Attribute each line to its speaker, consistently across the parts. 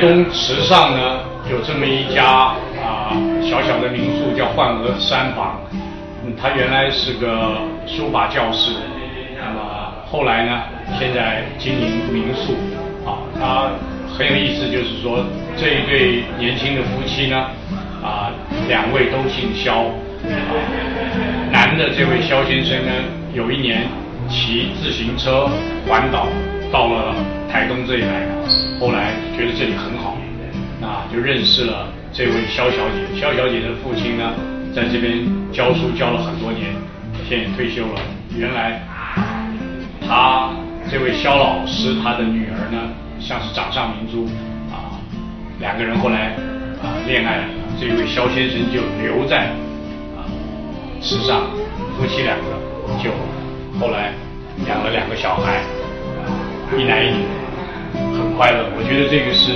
Speaker 1: 东池上呢，有这么一家啊、小小的民宿，叫幻娥山房。嗯，他原来是个书法教师，那么后来呢，现在经营民宿。啊，他很有意思，就是说这一对年轻的夫妻呢，啊，两位都姓肖。啊男的这位肖先生呢，有一年骑自行车环岛到了台东这里来，后来觉得这里很好，啊，就认识了这位肖小姐。肖小姐的父亲呢，在这边教书教了很多年，现在退休了。原来他这位肖老师他的女儿呢，像是掌上明珠啊，两个人后来啊恋爱了，这位肖先生就留在啊池上，夫妻两个就后来养了两个小孩，一男一女，很快乐。我觉得这个是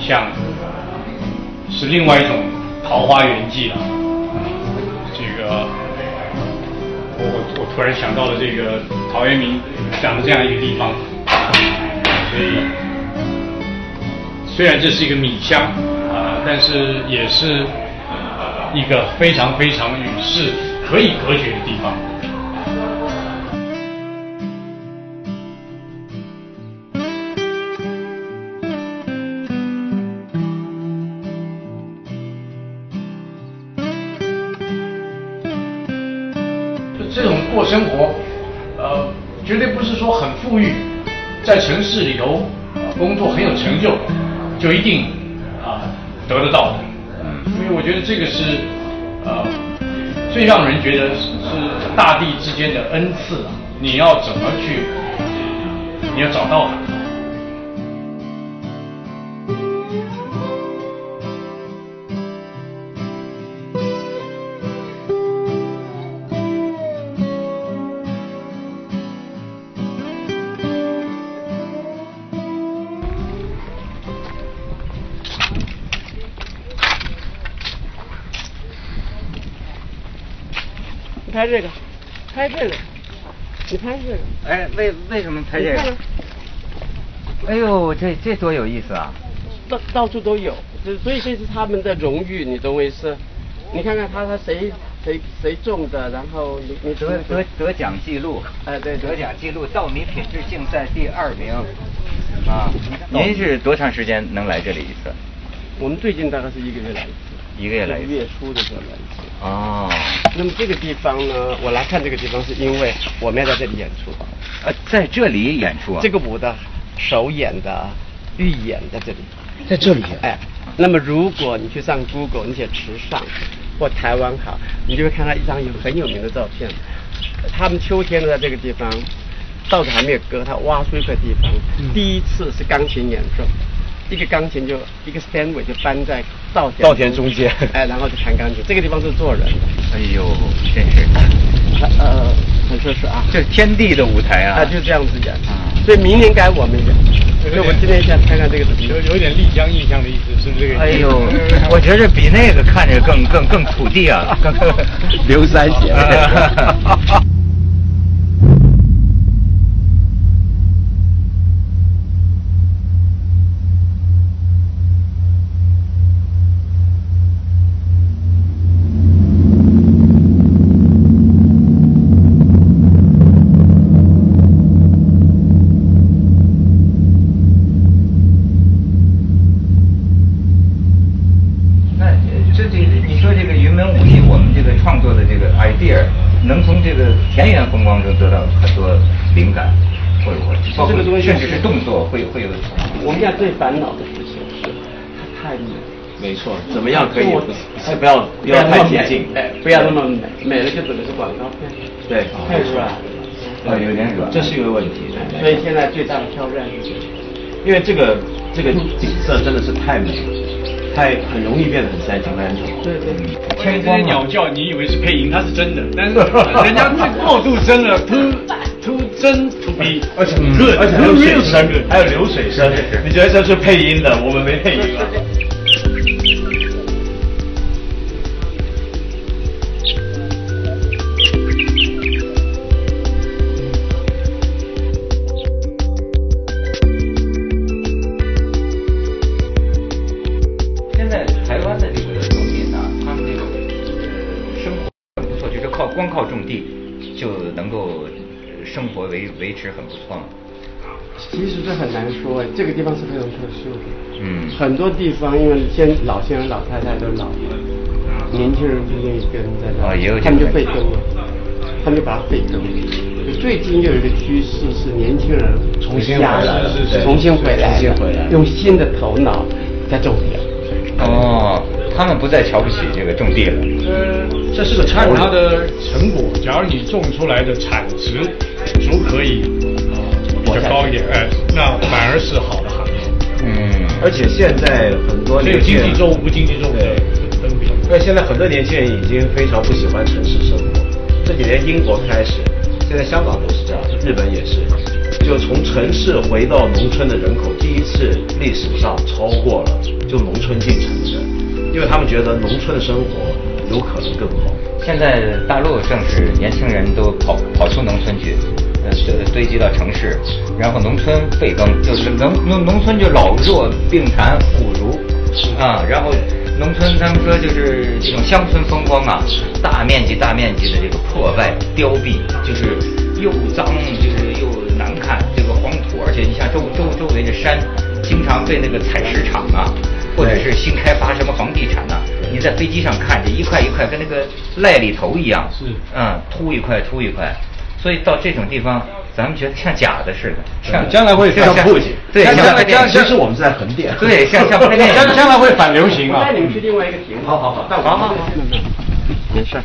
Speaker 1: 像是另外一种桃花源记了，这个。我我我突然想到了这个陶渊明讲的这样一个地方，所以虽然这是一个米乡啊，但是也是呃一个非常非常与世可以隔绝的地方。就这种过生活，呃，绝对不是说很富裕，在城市里头、呃工作很有成就，就一定啊、得得到的。因为我觉得这个是呃最让人觉得是是大地之间的恩赐啊，你要怎么去，你要找到它。
Speaker 2: 你拍这个，拍这个，你拍这个，
Speaker 3: 哎，为为什么拍这
Speaker 2: 你看
Speaker 3: 个
Speaker 2: 看？
Speaker 3: 哎呦，这这多有意思啊！
Speaker 2: 到到处都有，这所以这是他们的荣誉，你懂我意思？你看看他他谁谁谁种的，然后你你
Speaker 3: 得得得奖记录，呃
Speaker 2: 哎对
Speaker 3: 得奖记录，稻米品质竞赛第二名。啊，您是多长时间能来这里一次？
Speaker 2: 我们最近大概是一个月来一次，
Speaker 3: 一个月来一
Speaker 2: 月
Speaker 3: 次。
Speaker 2: 初的时候来一次。
Speaker 3: 哦，
Speaker 2: 那么这个地方呢，我来看这个地方是因为我们要在这里演出，
Speaker 3: 呃，在这里演出啊？
Speaker 2: 这个舞的首演的、预演在这里。
Speaker 3: 在这里
Speaker 2: 哎，那么如果你去上 Google，你写池上或台湾好，你就会看到一张有很有名的照片。他们秋天都在这个地方，稻子还没有割，他挖出一块地方。第一次是钢琴演奏，一个钢琴就一个 stand 尾就搬在稻田
Speaker 4: 稻田中间
Speaker 2: 哎，然后就弹钢琴。这个地方是做人的，
Speaker 3: 哎呦，真是，
Speaker 2: 呃，很奢侈啊。
Speaker 3: 这是天地的舞台啊！
Speaker 2: 啊，就这样子演
Speaker 3: 啊，
Speaker 2: 所以明年该我们演。所以我今天想看看这个怎么样。
Speaker 1: 有点丽江印象的意思，是不是这
Speaker 3: 哎呦，我觉得比那个看着更更更土地 啊，更更
Speaker 4: 刘三 姐
Speaker 3: 那呃这这你说这个云门舞集，我们这个创作的这个 idea，能从这个田园风光中得到很多灵感，会不会？包括
Speaker 2: 这个东西
Speaker 3: 甚至是动作会会有。
Speaker 2: 我们要最烦恼的事情是它太美。
Speaker 4: 没错，怎么样可
Speaker 3: 哎
Speaker 4: 以
Speaker 2: 我
Speaker 4: 是不要不要太接近，
Speaker 2: 哎，不要那么美，美了就整个是广告片，
Speaker 3: 对，
Speaker 2: 太软。
Speaker 3: 哦，有点软。
Speaker 4: 这是一个问题。对
Speaker 2: 所以现在最大的挑战是这个，
Speaker 4: 因为这个这个景色真的是太美，了，太很容易变得很三长两短。
Speaker 2: 对对。
Speaker 1: 天光鸟叫，你以为是配音，它是真的，但是人家是过度真了，too too 真 to be
Speaker 4: 而且
Speaker 1: good，
Speaker 4: 而且还有
Speaker 1: too
Speaker 4: 水
Speaker 1: real
Speaker 4: 声
Speaker 1: good，，
Speaker 4: 还有流水声，你觉得这是配音的？我们没配音啊。
Speaker 5: 天
Speaker 3: 现在台湾的这个农民啊，他们这个呃生活很不错，就是靠光靠种地就能够呃生活维维持很不错嘛。
Speaker 2: 其实这很难说哎，这个地方是非常特殊的。
Speaker 3: 嗯
Speaker 2: 很多地方因为现老先生、老太太都老了，年轻人不愿意跟在那，
Speaker 3: 哦也有这
Speaker 2: 他们就
Speaker 3: 种
Speaker 2: 废耕了，他们就把它废耕。最近又有一个趋势是年轻人
Speaker 6: 重新
Speaker 2: 加
Speaker 6: 回
Speaker 2: 入
Speaker 6: 来了对
Speaker 2: 重新回来了，
Speaker 6: 重新回来了
Speaker 2: 用新的头脑在种田。
Speaker 3: 哦，他们不再瞧不起这个种地了。
Speaker 1: 呃，这是看它的成果。假如你种出来的产值足可以比较高一点，哎，那反而是好的行业。
Speaker 3: 嗯，
Speaker 6: 而且现在很多
Speaker 1: 所以
Speaker 6: 年轻
Speaker 1: 经
Speaker 6: 人
Speaker 1: 济重不经济重
Speaker 6: 对
Speaker 1: 分别。
Speaker 6: 那现在很多年轻人已经非常不喜欢城市生活，这几年英国开始，现在香港都是这样，日本也是，就从城市回到农村的人口第一次历史上超过了就农村进城市，因为他们觉得农村的生活有可能更好。
Speaker 3: 现在大陆正是年轻人都跑跑出农村去，呃，堆堆积到城市，然后农村废耕，就是农农农村就老弱病残妇孺啊，然后农村他们说就是这种乡村风光啊，大面积大面积的这个破败凋敝，就是又脏就是又难看，这个黄土，而且你像周周周围的山，经常被那个采石场啊，或者是新开发什么房地产呐、啊你在飞机上看着一块一块跟那个癞痢头一样，
Speaker 1: 是
Speaker 3: 嗯，凸一块凸一块，所以到这种地方，咱们觉得像假的似的，像
Speaker 6: 将来会
Speaker 3: 像
Speaker 6: 像布景
Speaker 3: 对，
Speaker 6: 将
Speaker 3: 像
Speaker 6: 来
Speaker 3: 电影
Speaker 6: 将其实我们是在横店
Speaker 3: 对，像像拍电影，
Speaker 6: 将来会反流行
Speaker 2: 我
Speaker 6: 啊
Speaker 2: 带！你们去另外一个亭子。
Speaker 6: 好好好
Speaker 2: 那我
Speaker 6: 好好好
Speaker 2: 没事儿。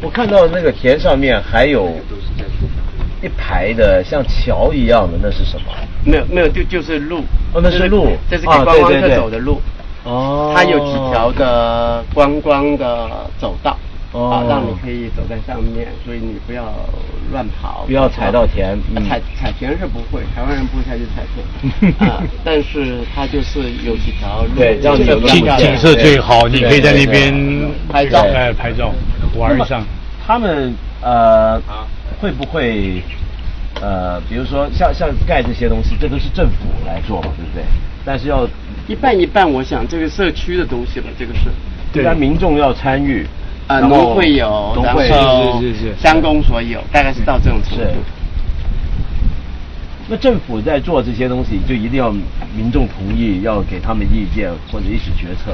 Speaker 6: 我看到那个田上面还有一排的像桥一样的，那是什么？
Speaker 2: 没有没有，就就是路，
Speaker 6: 哦那是路
Speaker 2: 这是给
Speaker 6: 啊
Speaker 2: 观光
Speaker 6: 对对
Speaker 2: 客
Speaker 6: 对
Speaker 2: 走的路。
Speaker 6: 哦
Speaker 2: 它有几条的观光的走道，
Speaker 6: 哦
Speaker 2: 啊，让你可以走在上面，所以你不要乱跑，
Speaker 6: 不要踩到田
Speaker 2: 啊
Speaker 6: 嗯
Speaker 2: 踩踩田是不会，台湾人不会下去踩 田，啊，但是它就是有几条路，
Speaker 6: 对让你
Speaker 2: 这个
Speaker 6: 景
Speaker 2: 比较
Speaker 6: 景色最好你可以在那边
Speaker 2: 拍照
Speaker 1: 哎，拍照玩一上。
Speaker 6: 他们呃
Speaker 2: 啊
Speaker 6: 会不会呃，比如说像像盖这些东西，这都是政府来做嘛，对不对？但是要
Speaker 2: 一半一半，我想这个社区的东西吧，这个是。
Speaker 6: 一般民众要参与，
Speaker 2: 啊，
Speaker 6: 然后
Speaker 2: 农会有，
Speaker 6: 农
Speaker 2: 然
Speaker 6: 会
Speaker 2: 后乡公所有，大概是到这种程
Speaker 6: 是
Speaker 2: 度。
Speaker 6: 那政府在做这些东西，就一定要民众同意，要给他们意见或者一起决策。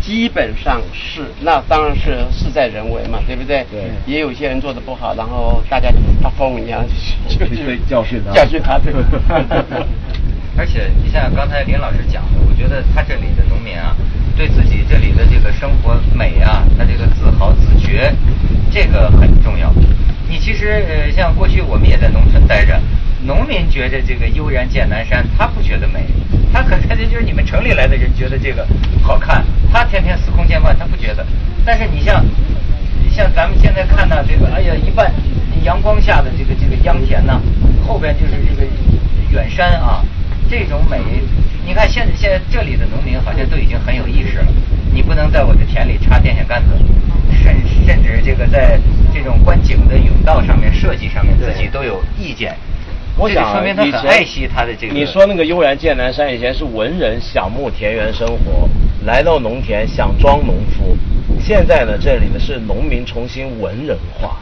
Speaker 2: 基本上是，那当然是事在人为嘛，对不对？
Speaker 6: 对
Speaker 2: 也有些人做的不好，然后大家就发疯一样，就
Speaker 6: 去
Speaker 2: 就
Speaker 6: 对教训他
Speaker 2: 教训他， 对。
Speaker 3: 而且你像刚才林老师讲的，我觉得他这里的农民啊，对自己这里的这个生活美啊，他这个自豪自觉，这个很重要。你其实呃，像过去我们也在农村待着，农民觉得这个悠然见南山，他不觉得美，他可能就是你们城里来的人觉得这个好看，他天天司空见惯，他不觉得。但是你像像咱们现在看到这个，哎呀，一半阳光下的这个这个秧田呐、后边就是这个远山啊，这种美，你看现在现在这里的农民好像都已经很有意识了。你不能在我的田里插电线杆子，甚甚至这个在这种观景的甬道上面设计上面，自己都有意见。
Speaker 6: 我
Speaker 3: 这就
Speaker 6: 想
Speaker 3: 说明他
Speaker 6: 以
Speaker 3: 很
Speaker 6: 前
Speaker 3: 爱惜他的这个。
Speaker 6: 你说那个悠然见南山，以前是文人想慕田园生活，来到农田想装农夫。现在呢，这里呢是农民重新文人化，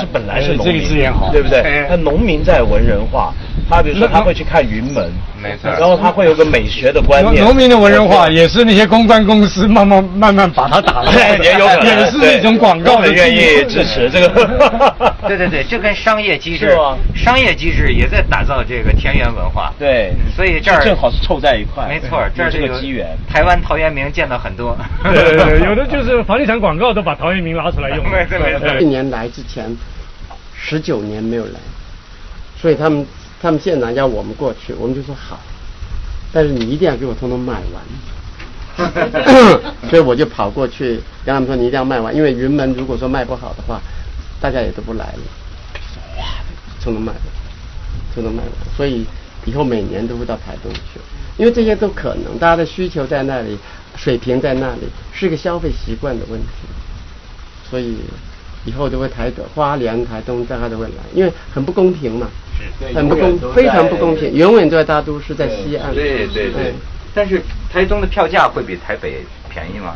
Speaker 6: 是本来是农民，
Speaker 1: 这个字眼好
Speaker 6: 对不对
Speaker 1: 哎？
Speaker 6: 那农民在文人化，他比如说他会去看云门，
Speaker 3: 没错
Speaker 6: 然后他会有个美学的观念。
Speaker 5: 农农民的文人化
Speaker 6: 我
Speaker 5: 也是那些公关公司慢慢慢慢把它打烂，
Speaker 6: 也有可能
Speaker 5: 也是
Speaker 6: 对
Speaker 5: 一种广告
Speaker 6: 我
Speaker 5: 的
Speaker 6: 很愿意
Speaker 5: 技术。
Speaker 6: 支持这个
Speaker 3: 对 对对，这跟商业机
Speaker 6: 是
Speaker 3: 制
Speaker 6: 吗，
Speaker 3: 商业机制也在打造这个田园文化。
Speaker 6: 对
Speaker 3: 嗯所以这儿
Speaker 6: 正好是凑在一块
Speaker 3: 没错，
Speaker 6: 对
Speaker 3: 这儿
Speaker 6: 有这
Speaker 3: 就
Speaker 6: 个机缘
Speaker 3: 台湾陶渊明见到很多。。
Speaker 5: 对对对，有的就是房地产广告都把陶渊明拉出来用
Speaker 3: 对对对对
Speaker 2: 一年来之前，十九年没有来，所以他们他们县长要我们过去，我们就说好，但是你一定要给我通通卖完。 所以我就跑过去跟他们说，你一定要卖完，因为云门如果说卖不好的话，大家也都不来了。哇，通通卖完，通通卖完，所以以后每年都会到台东去，因为这些都可能，大家的需求在那里，水平在那里，是个消费习惯的问题。所以以后都会台的花莲、台东大家都会来，因为很不公平嘛。
Speaker 3: 是
Speaker 2: 很不公，非常不公平，永远都在大都市，在西岸。
Speaker 3: 对对对。但是台东的票价会比台北便宜吗？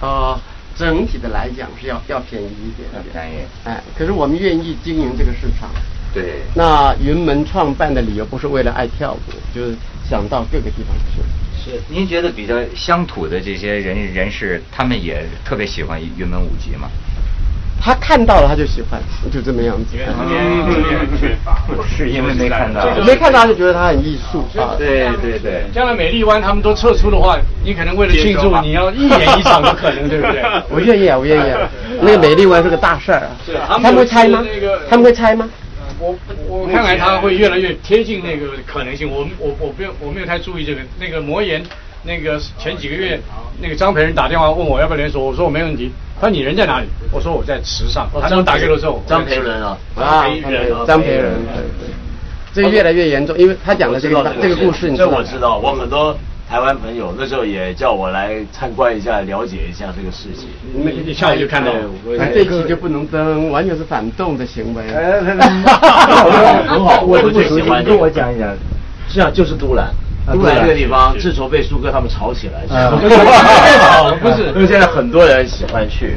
Speaker 2: 呃，整体的来讲是要要便宜一点
Speaker 3: 要
Speaker 2: 点，
Speaker 3: 便宜
Speaker 2: 哎，可是我们愿意经营这个市场。
Speaker 3: 对，
Speaker 2: 那云门创办的理由不是为了爱跳舞，就是想到各个地方去。
Speaker 3: 是。您觉得比较乡土的这些人人士，他们也特别喜欢云门舞集吗？
Speaker 2: 他看到了他就喜欢，就这么样子。啊
Speaker 1: 因为资源资源缺乏，
Speaker 3: 是因为没看到
Speaker 1: 这个
Speaker 2: 没看到他就觉得他很艺术啊。
Speaker 3: 对对对。
Speaker 1: 将来美丽湾他们都撤出的话，你可能为了庆祝，你要一演一场都可能，对不对？
Speaker 2: 我愿意啊，我愿意 啊。那个美丽湾是个大事儿啊
Speaker 1: 是，他们
Speaker 2: 们会拆吗
Speaker 1: 是那个？
Speaker 2: 他们会拆吗？
Speaker 1: 我我看来他会越来越贴近那个可能性。我我我不要我没有太注意这个那个魔岩，那个前几个月那个张培仁打电话问我要不要连锁，我说我没问题。他说你人在哪里？我说我在池上。他说打给我之后，张培仁啊，
Speaker 2: 啊，
Speaker 1: 张培仁啊，
Speaker 2: 张培仁，对对。这个越来越严重，因为他讲的这个这个故事，你
Speaker 6: 这我知。道，我很多台湾朋友那时候也叫我来参观一下，了解一下这个事情。
Speaker 1: 那一下午就看到了。
Speaker 6: 哎
Speaker 2: 那哎这一哎期就不能登，完全是反动的行为。
Speaker 6: 很好，我
Speaker 7: 都不
Speaker 6: 最喜欢
Speaker 7: 你跟我
Speaker 6: 讲一讲。是啊，就是都兰。都兰这个地 方，自从被苏哥他们吵起来之后，
Speaker 1: 不是
Speaker 6: 因为现在很多人喜欢去，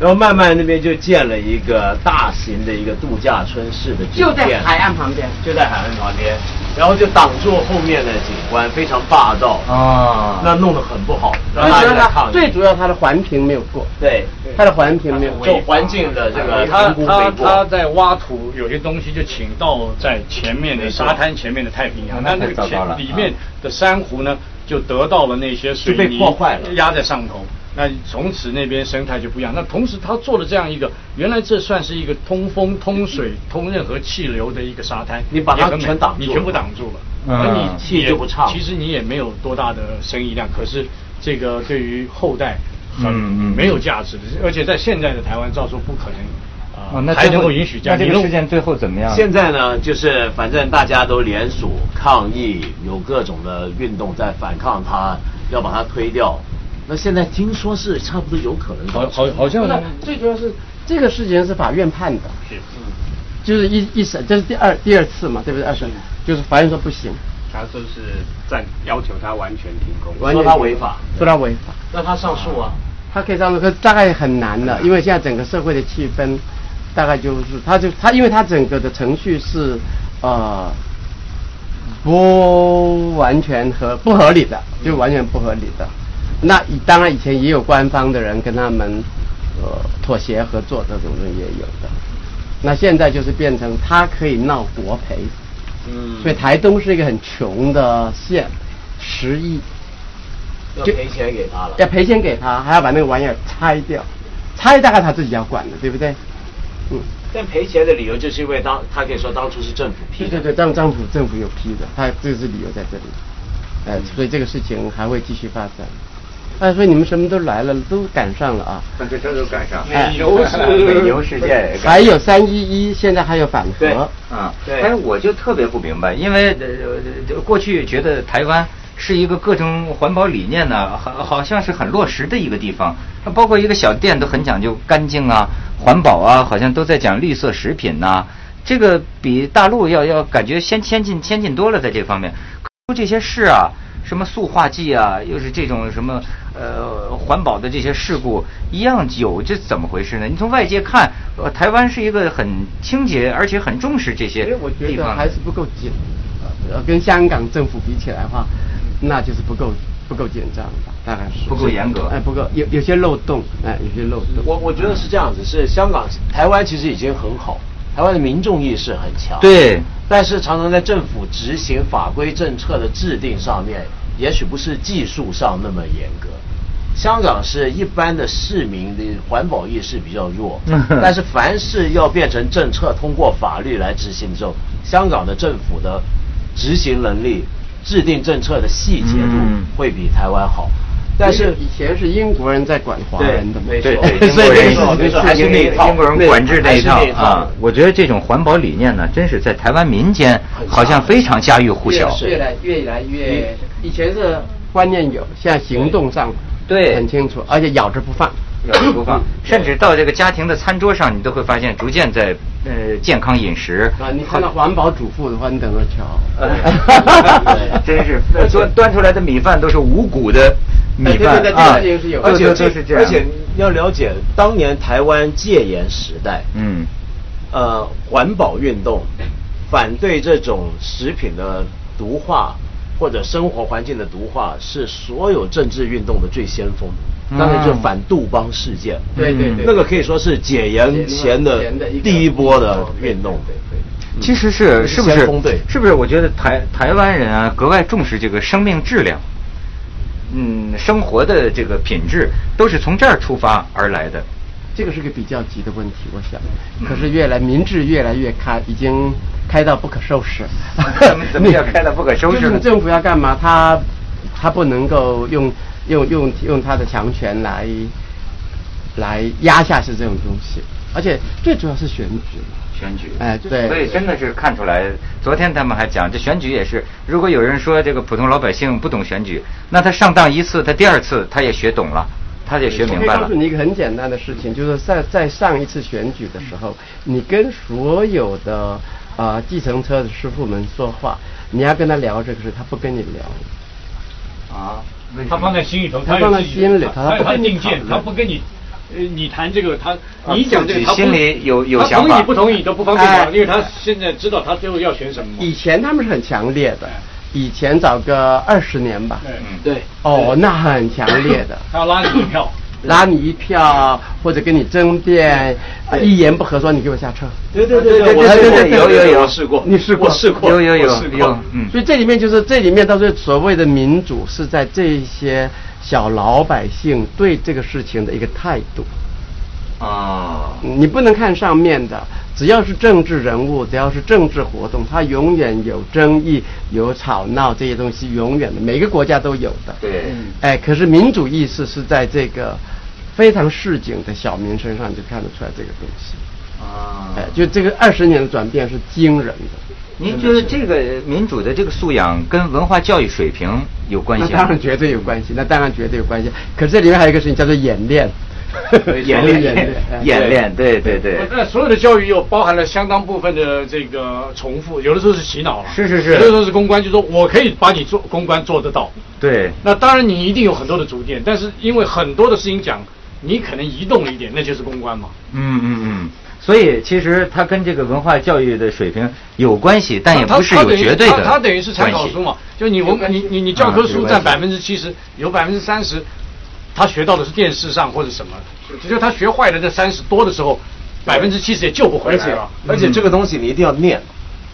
Speaker 6: 然后慢慢那边就建了一个大型的一个度假村式的酒
Speaker 2: 就在
Speaker 6: 店
Speaker 2: 海岸旁边。
Speaker 6: 就在海岸旁边，然后就挡住后面的景观，非常霸道
Speaker 3: 啊
Speaker 6: 那弄得很不好，让
Speaker 2: 最
Speaker 6: 大
Speaker 2: 主
Speaker 6: 家
Speaker 2: 要
Speaker 6: 来
Speaker 2: 它
Speaker 6: 抗
Speaker 2: 最
Speaker 6: 议。
Speaker 2: 主要它的环评没有过，
Speaker 6: 对，
Speaker 2: 它的环评没有过
Speaker 6: 就。环境的这个
Speaker 1: 他
Speaker 6: 评估
Speaker 1: 他
Speaker 6: 没
Speaker 1: 他
Speaker 6: 过。
Speaker 1: 在挖土，有些东西就倾倒在前面的沙滩前面的太
Speaker 6: 嗯
Speaker 1: 平洋，
Speaker 3: 那
Speaker 1: 那
Speaker 3: 太
Speaker 1: 那
Speaker 3: 糟
Speaker 1: 个
Speaker 3: 糕了
Speaker 1: 前里面的珊瑚呢，就得到了那些水
Speaker 6: 就被
Speaker 1: 泥
Speaker 6: 破坏了
Speaker 1: 压在上头。那从此那边生态就不一样。那同时他做了这样一个，原来这算是一个通风、通水、通任何气流的一个沙滩，
Speaker 6: 你把
Speaker 1: 也
Speaker 6: 它
Speaker 1: 很美
Speaker 6: 全挡住了
Speaker 1: 你全部挡住了，
Speaker 3: 嗯
Speaker 1: 那你
Speaker 6: 气
Speaker 1: 也
Speaker 6: 就不畅
Speaker 1: 其实你也没有多大的生意量，可是这个对于后代很
Speaker 3: 嗯嗯
Speaker 1: 没有价值的，而且在现在的台湾，照说不可能呃
Speaker 3: 哦，那
Speaker 1: 还
Speaker 3: 最
Speaker 1: 能
Speaker 3: 后
Speaker 1: 够允许这
Speaker 3: 那
Speaker 1: 样。
Speaker 3: 这
Speaker 1: 你
Speaker 3: 个
Speaker 1: 弄
Speaker 3: 事件最后怎么样？
Speaker 6: 现在呢，就是反正大家都联署抗议，有各种的运动在反抗它，要把它推掉。那现在听说是差不多有可能
Speaker 2: 哦
Speaker 1: 好
Speaker 6: 到
Speaker 1: 好好像
Speaker 2: 不是最主要是这个事情是法院判的，
Speaker 1: 是
Speaker 2: 就是一一审，这是第二第二次嘛，对不对？二审就是法院说不行，
Speaker 7: 他说是暂要求他完全停工。
Speaker 2: 完全
Speaker 6: 说他违法，
Speaker 2: 说他违法，
Speaker 7: 那他上诉啊？
Speaker 2: 他可以上诉，可是大概很难的，因为现在整个社会的气氛，大概就是他就他，因为他整个的程序是呃不完全合不合理的，就完全不合理的。那以当然以前也有官方的人跟他们呃妥协合作这种人也有的，那现在就是变成他可以闹国赔，
Speaker 6: 嗯
Speaker 2: 所以台东是一个很穷的县，十亿
Speaker 6: 要赔钱给他了。
Speaker 2: 要赔钱给他，还要把那个玩意儿拆掉，拆大概他自己要管的，对不对？嗯，
Speaker 6: 但赔钱的理由就是因为当他可以说当初是政府批
Speaker 2: 对
Speaker 6: 的。
Speaker 2: 对对，当政府政府有批的，他这是理由在这里，哎、所以这个事情还会继续发展。哎，所以你们什么都来了，都赶上了啊！
Speaker 3: 那这这都赶上
Speaker 2: 哎
Speaker 3: 美牛事件哎也赶上
Speaker 2: 还有三一一，现在还有反
Speaker 6: 对
Speaker 2: 核，
Speaker 3: 啊，
Speaker 6: 对
Speaker 3: 但是我就特别不明白，因为呃呃过去觉得台湾是一个各种环保理念呢、好好像是很落实的一个地方，它包括一个小店都很讲究干净啊、环保啊，好像都在讲绿色食品呐、这个比大陆要要感觉先先进先进多了，在这方面，可这些事啊。什么塑化剂啊，又是这种什么呃环保的这些事故一样有，这怎么回事呢？你从外界看，呃，台湾是一个很清洁而且很重视这些
Speaker 2: 因为我觉
Speaker 3: 地
Speaker 2: 得
Speaker 3: 方
Speaker 2: 还是不够紧，呃，跟香港政府比起来的话，那就是不够不够紧张吧，大概是
Speaker 3: 嗯不够严格
Speaker 2: 哎，不够有有些漏洞，哎，有些漏洞。
Speaker 6: 我我觉得是这样子，是香港、台湾其实已经很好，台湾的民众意识很强。
Speaker 3: 对，，
Speaker 6: 但是常常在政府执行法规政策的制定上面，也许不是技术上那么严格。香港是一般的市民的环保意识比较弱 但是凡是要变成政策通过法律来执行之后，香港的政府的执行能力、制定政策的细节度
Speaker 3: 嗯
Speaker 6: 会比台湾好。但是
Speaker 2: 以前是英国人在管华人的嘛，
Speaker 6: 对
Speaker 3: 对
Speaker 6: 对
Speaker 3: 对，
Speaker 6: 所以这个
Speaker 3: 英国人
Speaker 6: 事情
Speaker 3: 还是那一套，英国人管制那一套
Speaker 6: 还是那一套
Speaker 3: 啊。我觉得这种环保理念呢，真是在台湾民间好像非常家喻户晓。
Speaker 2: 越来越来越，嗯以前是观念有，现在行动上
Speaker 3: 对
Speaker 2: 很清楚，而且咬着不放。
Speaker 3: 要求不放， 甚至到这个家庭的餐桌上，你都会发现逐渐在呃健康饮 食。
Speaker 2: 啊，你看到环保主妇的话，你等着瞧。
Speaker 3: 呃，真是端端出来的米饭都是五谷的米饭
Speaker 2: 哎对对对
Speaker 3: 啊
Speaker 2: 这个也是有，
Speaker 6: 而且
Speaker 3: 都都是这样，
Speaker 6: 而且要了解，当年台湾戒严时代，
Speaker 3: 嗯
Speaker 6: 呃，环保运动，反对这种食品的毒化或者生活环境的毒化，是所有政治运动的最先锋。当然就
Speaker 3: 嗯
Speaker 6: 反杜邦事件，
Speaker 2: 对对对
Speaker 6: 那个可以说是解严前的
Speaker 2: 前的一个
Speaker 6: 第一波的运动。
Speaker 2: 对对对
Speaker 3: 其实是
Speaker 6: 嗯
Speaker 3: 是不是
Speaker 6: 先锋队
Speaker 3: 是不是？我觉得台台湾人啊，格外重视这个生命质量，嗯，生活的这个品质都是从这儿出发而来的。。
Speaker 2: 这个是个比较急的问题，我想。可是越来民智越来越开，已经开到不可收拾
Speaker 3: 怎么 怎么叫开到不可收拾呢
Speaker 2: 就是你 政府要干嘛？他他不能够用用用用他的强权来来压下去这种东西，而且最主要是选举嘛。
Speaker 3: 选举，
Speaker 2: 哎对
Speaker 3: 所以真的是看出来。昨天他们还讲，这选举也是，如果有人说这个普通老百姓不懂选举，那他上当一次，他第二次他也学懂了，他也学
Speaker 2: 我
Speaker 3: 明
Speaker 2: 可以
Speaker 3: 白
Speaker 2: 告
Speaker 3: 了
Speaker 2: 诉。你一个很简单的事情，就是在在上一次选举的时候，你跟所有的呃计程车的师傅们说话，你要跟他聊这个事，他不跟你聊。
Speaker 3: 啊，
Speaker 1: 他放在心里头，
Speaker 2: 他
Speaker 1: 有
Speaker 2: 放在
Speaker 1: 自己
Speaker 2: 心里头
Speaker 1: 他
Speaker 2: 他不
Speaker 1: 他
Speaker 2: 跟你
Speaker 1: 定见，
Speaker 2: 讨论
Speaker 1: 他不跟你，呃，你谈这个，他你讲这
Speaker 3: 啊自
Speaker 1: 个，
Speaker 3: 己
Speaker 1: 他不
Speaker 3: 心里有有
Speaker 1: 他
Speaker 3: 想法
Speaker 1: 同意不同意都不方便
Speaker 2: 哎
Speaker 1: 讲，因为他现在知道他最后要选什
Speaker 3: 嗯
Speaker 1: 么嘛。
Speaker 3: 哎
Speaker 2: 以前他们是很强烈的，以前找个二十年吧，
Speaker 1: 对，
Speaker 7: 嗯
Speaker 3: 嗯
Speaker 7: 对，
Speaker 2: 哦，那很强烈的，
Speaker 1: 他要拉你一票，
Speaker 2: 拉你一票或者跟你争辩，呃一言不合说你给我下车。
Speaker 7: 对对对
Speaker 3: 对对对对有有有
Speaker 7: 我试过，
Speaker 2: 你试过
Speaker 7: 我试过，
Speaker 3: 有有有
Speaker 7: 我试过
Speaker 3: 有，嗯，
Speaker 2: 所以这里面就是这里面到最后所谓的民主是在这些小老百姓对这个事情的一个态度。
Speaker 3: 啊，
Speaker 2: 你不能看上面的，只要是政治人物，只要是政治活动，它永远有争议、有吵闹这些东西，永远的，每个国家都有的。
Speaker 3: 对，
Speaker 2: 哎，可是民主意识是在这个非常市井的小民身上就看得出来这个东西。
Speaker 3: 啊，
Speaker 2: 哎，就这个二十年的转变是惊人的。
Speaker 3: 您觉得这个民主的这个素养跟文化教育水平有关系啊
Speaker 2: 那
Speaker 3: 吗？
Speaker 2: 当然绝对有关系，那当然绝对有关系。可是这里面还有一个事情叫做演练，
Speaker 3: 演练，
Speaker 1: 嗯
Speaker 3: 演练，对对对，
Speaker 1: 那所有的教育又包含了相当部分的这个重复，有的 时候是洗脑了，
Speaker 3: 是是是
Speaker 1: 有的时候是公关，就说我可以把你做公关做得到。
Speaker 3: 对，
Speaker 1: 那当然你一定有很多的主见，但是因为很多的事情讲，你可能移动了一点，那就是公关嘛。
Speaker 3: 嗯嗯嗯。所以其实它跟这个文化教育的水平有关系，但也
Speaker 1: 他
Speaker 3: 不是有绝对的
Speaker 1: 他他等于是参考
Speaker 3: 关系啊
Speaker 1: 书嘛，就你文你你你教科书占百分之七十，有百分之三十，他学到的是电视上或者什么，就他学坏了这三十多的时候，百分之七十也救不回
Speaker 6: 而
Speaker 1: 来
Speaker 6: 且
Speaker 1: 了。
Speaker 6: 嗯而且这个东西你一定要念，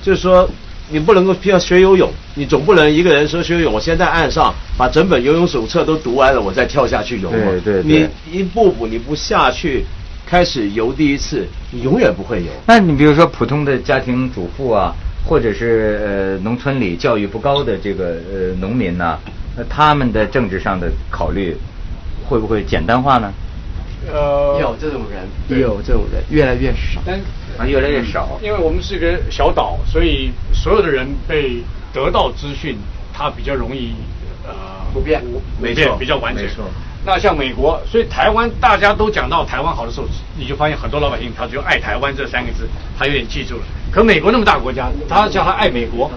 Speaker 6: 就是说你不能够偏要学游泳，你总不能一个人说学游泳，我先在岸上把整本游泳手册都读完了，我再跳下去游嘛。
Speaker 3: 对对对
Speaker 6: 你一步步你不下去，开始游第一次，你永远不会游。
Speaker 3: 那你比如说普通的家庭主妇啊，或者是呃农村里教育不高的这个呃农民呐、那他们的政治上的考虑会不会简单化呢？
Speaker 1: 呃，
Speaker 2: 有这种人，哎有这种人越来越少。
Speaker 1: 但
Speaker 3: 啊，越来越少。
Speaker 1: 因为我们是个小岛，所以所有的人被得到资讯，它比较容易呃
Speaker 2: 普遍
Speaker 1: 普
Speaker 6: 没
Speaker 1: 遍
Speaker 6: 错
Speaker 1: 比较完整
Speaker 6: 没错。
Speaker 1: 那像美国，所以台湾大家都讲到台湾好的时候，你就发现很多老百姓他就爱台湾这三个字，他有点记住了。可美国那么大国家，他叫他爱美国，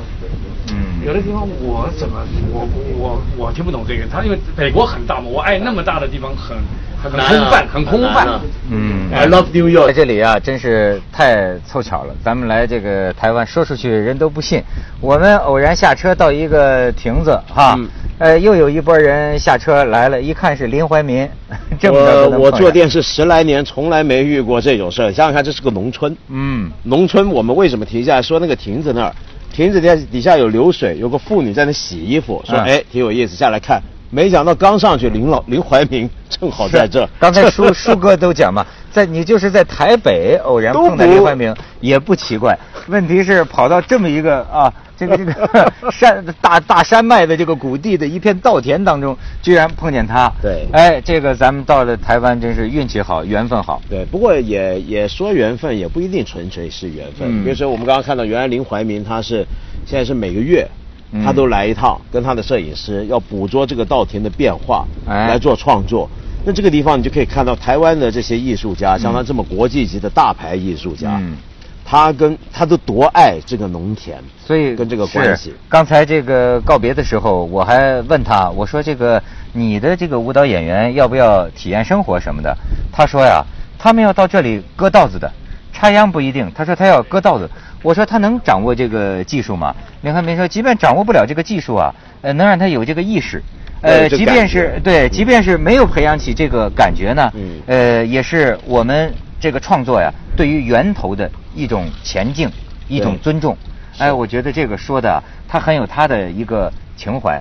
Speaker 1: 有
Speaker 3: 嗯，
Speaker 1: 的地方我怎么我我我听不懂这个，他因为美国很大嘛，我爱那么大的地方很很
Speaker 6: 很难啊
Speaker 1: 空泛，很空
Speaker 6: 很
Speaker 1: 泛呃
Speaker 6: 难啊。
Speaker 3: 嗯
Speaker 6: I love New York
Speaker 3: 在。这里啊，真是太凑巧了。咱们来这个台湾，说出去人都不信。我们偶然下车到一个亭子，哈，呃，又有一波人下车来了，一看是林怀民， 这么着
Speaker 6: 我
Speaker 3: 跟他们
Speaker 6: 我
Speaker 3: 碰
Speaker 6: 做
Speaker 3: 上
Speaker 6: 电视十来年，从来没遇过这种事儿。想想看，这是个农村，
Speaker 3: 嗯
Speaker 6: 农村我们为什么停下来说那个亭子那儿，亭子底下底下有流水，有个妇女在那洗衣服，说
Speaker 3: 嗯
Speaker 6: 哎挺有意思，下来看。没想到刚上去，林老林怀民正好在这儿
Speaker 3: 是。刚 才舒 舒哥都讲嘛，在你就是在台北偶然碰到
Speaker 6: 都不
Speaker 3: 林怀民也不奇怪，问题是跑到这么一个啊，这个这 个山大大山脉的这个谷地的一片稻田当中，居然碰见他。
Speaker 6: 对
Speaker 3: 哎，这个咱们到了台湾真是运气好，缘分好。
Speaker 6: 对，不过也也说缘分，也不一定纯粹是缘分。
Speaker 3: 嗯
Speaker 6: 比如说我们刚刚看到，原来林怀民他是现在是每个月。
Speaker 3: 嗯
Speaker 6: 他都来一趟，跟他的摄影师要捕捉这个稻田的变化，
Speaker 3: 哎
Speaker 6: 来做创作。那这个地方你就可以看到台湾的这些艺术家，像他这么国际级的大牌艺术家，
Speaker 3: 嗯
Speaker 6: 他跟他都多爱这个农田，
Speaker 3: 所以
Speaker 6: 跟这个
Speaker 3: 是
Speaker 6: 关系。
Speaker 3: 刚才这个告别的时候，我还问他，我说这个你的这个舞蹈演员要不要体验生活什么的？他说呀，他们要到这里割稻子的，插秧不一定。他说他要割稻子。我说他能掌握这个技术吗？林汉民说，即便掌握不了这个技术啊，呃，能让他有这个意识。呃，
Speaker 6: 对这
Speaker 3: 即
Speaker 6: 感
Speaker 3: 便
Speaker 6: 觉
Speaker 3: 是对，即便是没有培养起这个感觉呢，
Speaker 6: 嗯
Speaker 3: 呃，也是我们这个创作呀，对于源头的一种前进，一种
Speaker 6: 对
Speaker 3: 尊重。哎，我觉得这个说的啊，他很有他的一个情怀，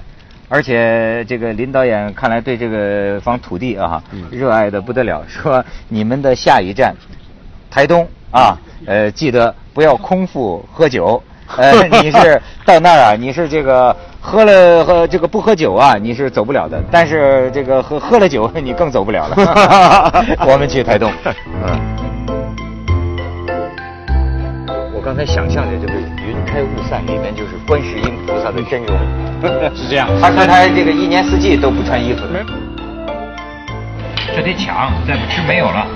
Speaker 3: 而且这个林导演看来对这个方土地啊，热爱的不得了。说你们的下一站，台东啊，呃，记得不要空腹喝酒。呃，你 是到那儿啊，你是这个喝了喝这个不喝酒啊，你是走不了的。但是这个喝喝了酒，你更走不了了。 我们去台东。嗯。我刚才想象的这个云开雾散，里面就是观世音菩萨的真容，
Speaker 1: 是这样
Speaker 3: 他说他这个嗯一年四季都不穿衣服的。这得抢，再不吃没有了。